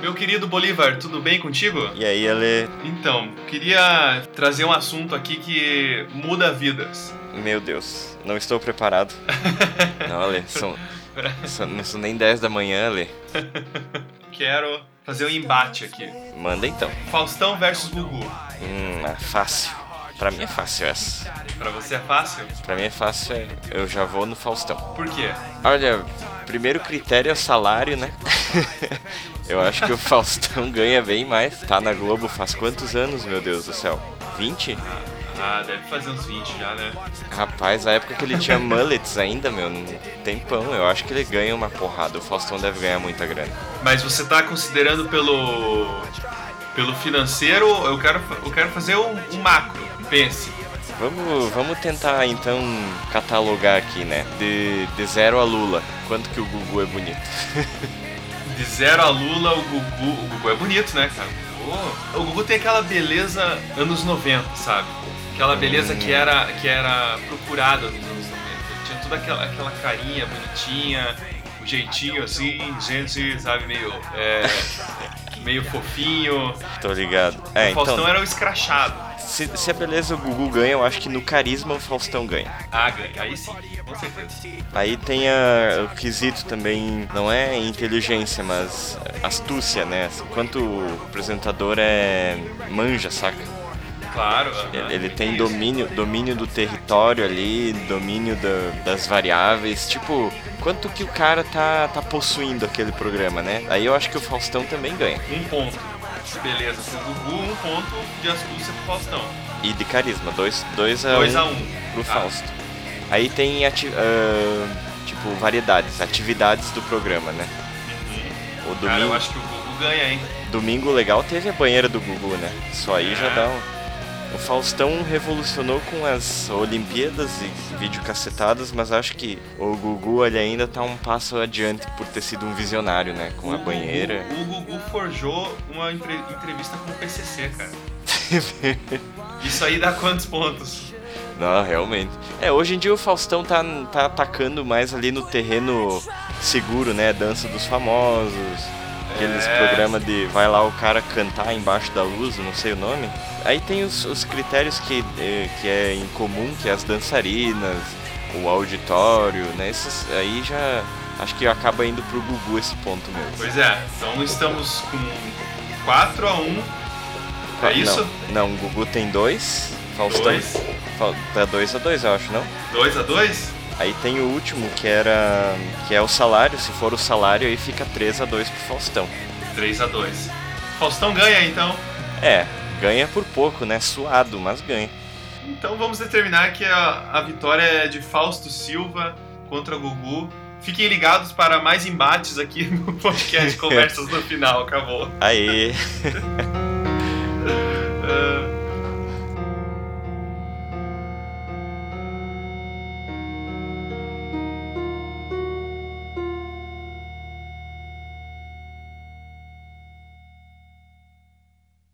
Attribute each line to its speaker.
Speaker 1: Meu querido Bolívar, tudo bem contigo?
Speaker 2: E aí, Ale?
Speaker 1: Então, queria trazer um assunto aqui que muda vidas.
Speaker 2: Meu Deus, não estou preparado. não, Ale, são, são, não são nem 10 da manhã, Ale.
Speaker 1: Quero fazer um embate aqui.
Speaker 2: Manda então.
Speaker 1: Faustão versus Gugu.
Speaker 2: Hum, é fácil. Pra mim é fácil essa.
Speaker 1: Pra você é fácil?
Speaker 2: Pra mim é fácil, é- eu já vou no Faustão.
Speaker 1: Por quê?
Speaker 2: Olha, primeiro critério é o salário, né? eu acho que o Faustão ganha bem mais. Tá na Globo faz quantos anos, meu Deus do céu? 20?
Speaker 1: Ah, deve fazer uns 20 já, né?
Speaker 2: Rapaz, a época que ele tinha mullets ainda, meu, num tempão, eu acho que ele ganha uma porrada. O Faustão deve ganhar muita grana.
Speaker 1: Mas você tá considerando pelo. pelo financeiro, eu quero, fa- eu quero fazer um, um macro. Pense.
Speaker 2: Vamos, vamos tentar então catalogar aqui, né? De, de zero a Lula, quanto que o Gugu é bonito.
Speaker 1: De zero a Lula, o Gugu. O Gugu é bonito, né, cara? O Gugu- O Gugu tem aquela beleza anos 90, sabe? Aquela beleza
Speaker 2: Hum.
Speaker 1: que era, que era procurada nos anos 90. Tinha toda aquela, aquela carinha bonitinha, o jeitinho assim, gente, sabe, meio. é, meio fofinho.
Speaker 2: Tô ligado. É,
Speaker 1: o Faustão
Speaker 2: então,
Speaker 1: era o escrachado.
Speaker 2: se, se a beleza o Gugu ganha, eu acho que no carisma o Faustão ganha.
Speaker 1: Ah, ganha. Aí sim, com certeza.
Speaker 2: Aí tem a, o quesito também, não é inteligência, mas astúcia, né? Quanto o apresentador é manja, saca?
Speaker 1: Claro. aham.
Speaker 2: Ele tem
Speaker 1: Isso.
Speaker 2: domínio, domínio do território ali, domínio da- das variáveis, tipo, quanto que o cara tá, tá possuindo aquele programa, né? Aí eu acho que o Faustão também ganha.
Speaker 1: Um ponto. Beleza, pro Gugu, um ponto de astúcia pro Faustão.
Speaker 2: E de carisma, 2 dois, dois a
Speaker 1: 2
Speaker 2: um
Speaker 1: a 1 um.
Speaker 2: Então, pro
Speaker 1: Tá.
Speaker 2: Fausto. Aí tem, ati ah, tipo, variedades, atividades do programa, né? O domingo,
Speaker 1: Uhum. Cara, eu acho que o Gugu ganha, hein?
Speaker 2: domingo legal teve a banheira do Gugu, né? Só aí já dá um... O Faustão revolucionou com as Olimpíadas e videocacetadas, mas acho que o Gugu ele ainda tá um passo adiante por ter sido um visionário, né? Com a
Speaker 1: O
Speaker 2: banheira.
Speaker 1: Gugu- O Gugu forjou uma entre- entrevista com o PCC, cara. Isso aí dá quantos pontos?
Speaker 2: Não, realmente. É, hoje em dia o Faustão tá, tá atacando mais ali no terreno seguro, né? Dança dos famosos, aqueles
Speaker 1: É.
Speaker 2: programas de vai lá o cara cantar embaixo da luz, eu não sei o nome. Aí tem os, os critérios que, eh, que é incomum, que é as dançarinas, o auditório, né? Esses, aí já acho que acaba indo pro Gugu esse ponto mesmo.
Speaker 1: Pois é, então estamos com 4 a 1
Speaker 2: Não,
Speaker 1: É isso?
Speaker 2: Não, o Gugu tem dois. Faustão.
Speaker 1: Dois.
Speaker 2: Fal- Tá dois a dois, eu acho, não?
Speaker 1: 2 a 2
Speaker 2: Aí tem o último que era que é o salário, se for o salário aí fica 3 a 2 pro Faustão.
Speaker 1: 3 a 2 Faustão ganha, então.
Speaker 2: É, ganha por pouco, né? Suado, mas ganha.
Speaker 1: Então vamos determinar que a, a vitória é de Fausto Silva contra Gugu. Fiquem ligados para mais embates aqui no podcast Conversas no Final. Acabou.
Speaker 2: Aí,